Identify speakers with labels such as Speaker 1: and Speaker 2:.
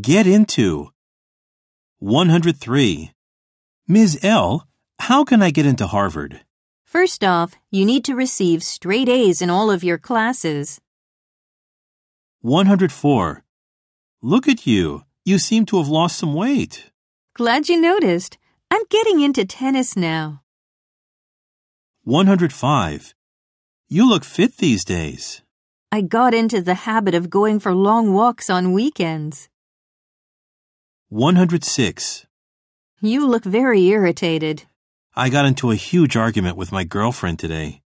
Speaker 1: Get into. 103. Ms. L, how can I get into Harvard?
Speaker 2: First off, you need to receive straight A's in all of your classes.
Speaker 1: 104. Look at you. You seem to have lost some weight.
Speaker 2: Glad you noticed. I'm getting into tennis now.
Speaker 1: 105. You look fit these days.
Speaker 2: I got into the habit of going for long walks on weekends.
Speaker 1: 106.
Speaker 2: You look very irritated.
Speaker 1: I got into a huge argument with my girlfriend today.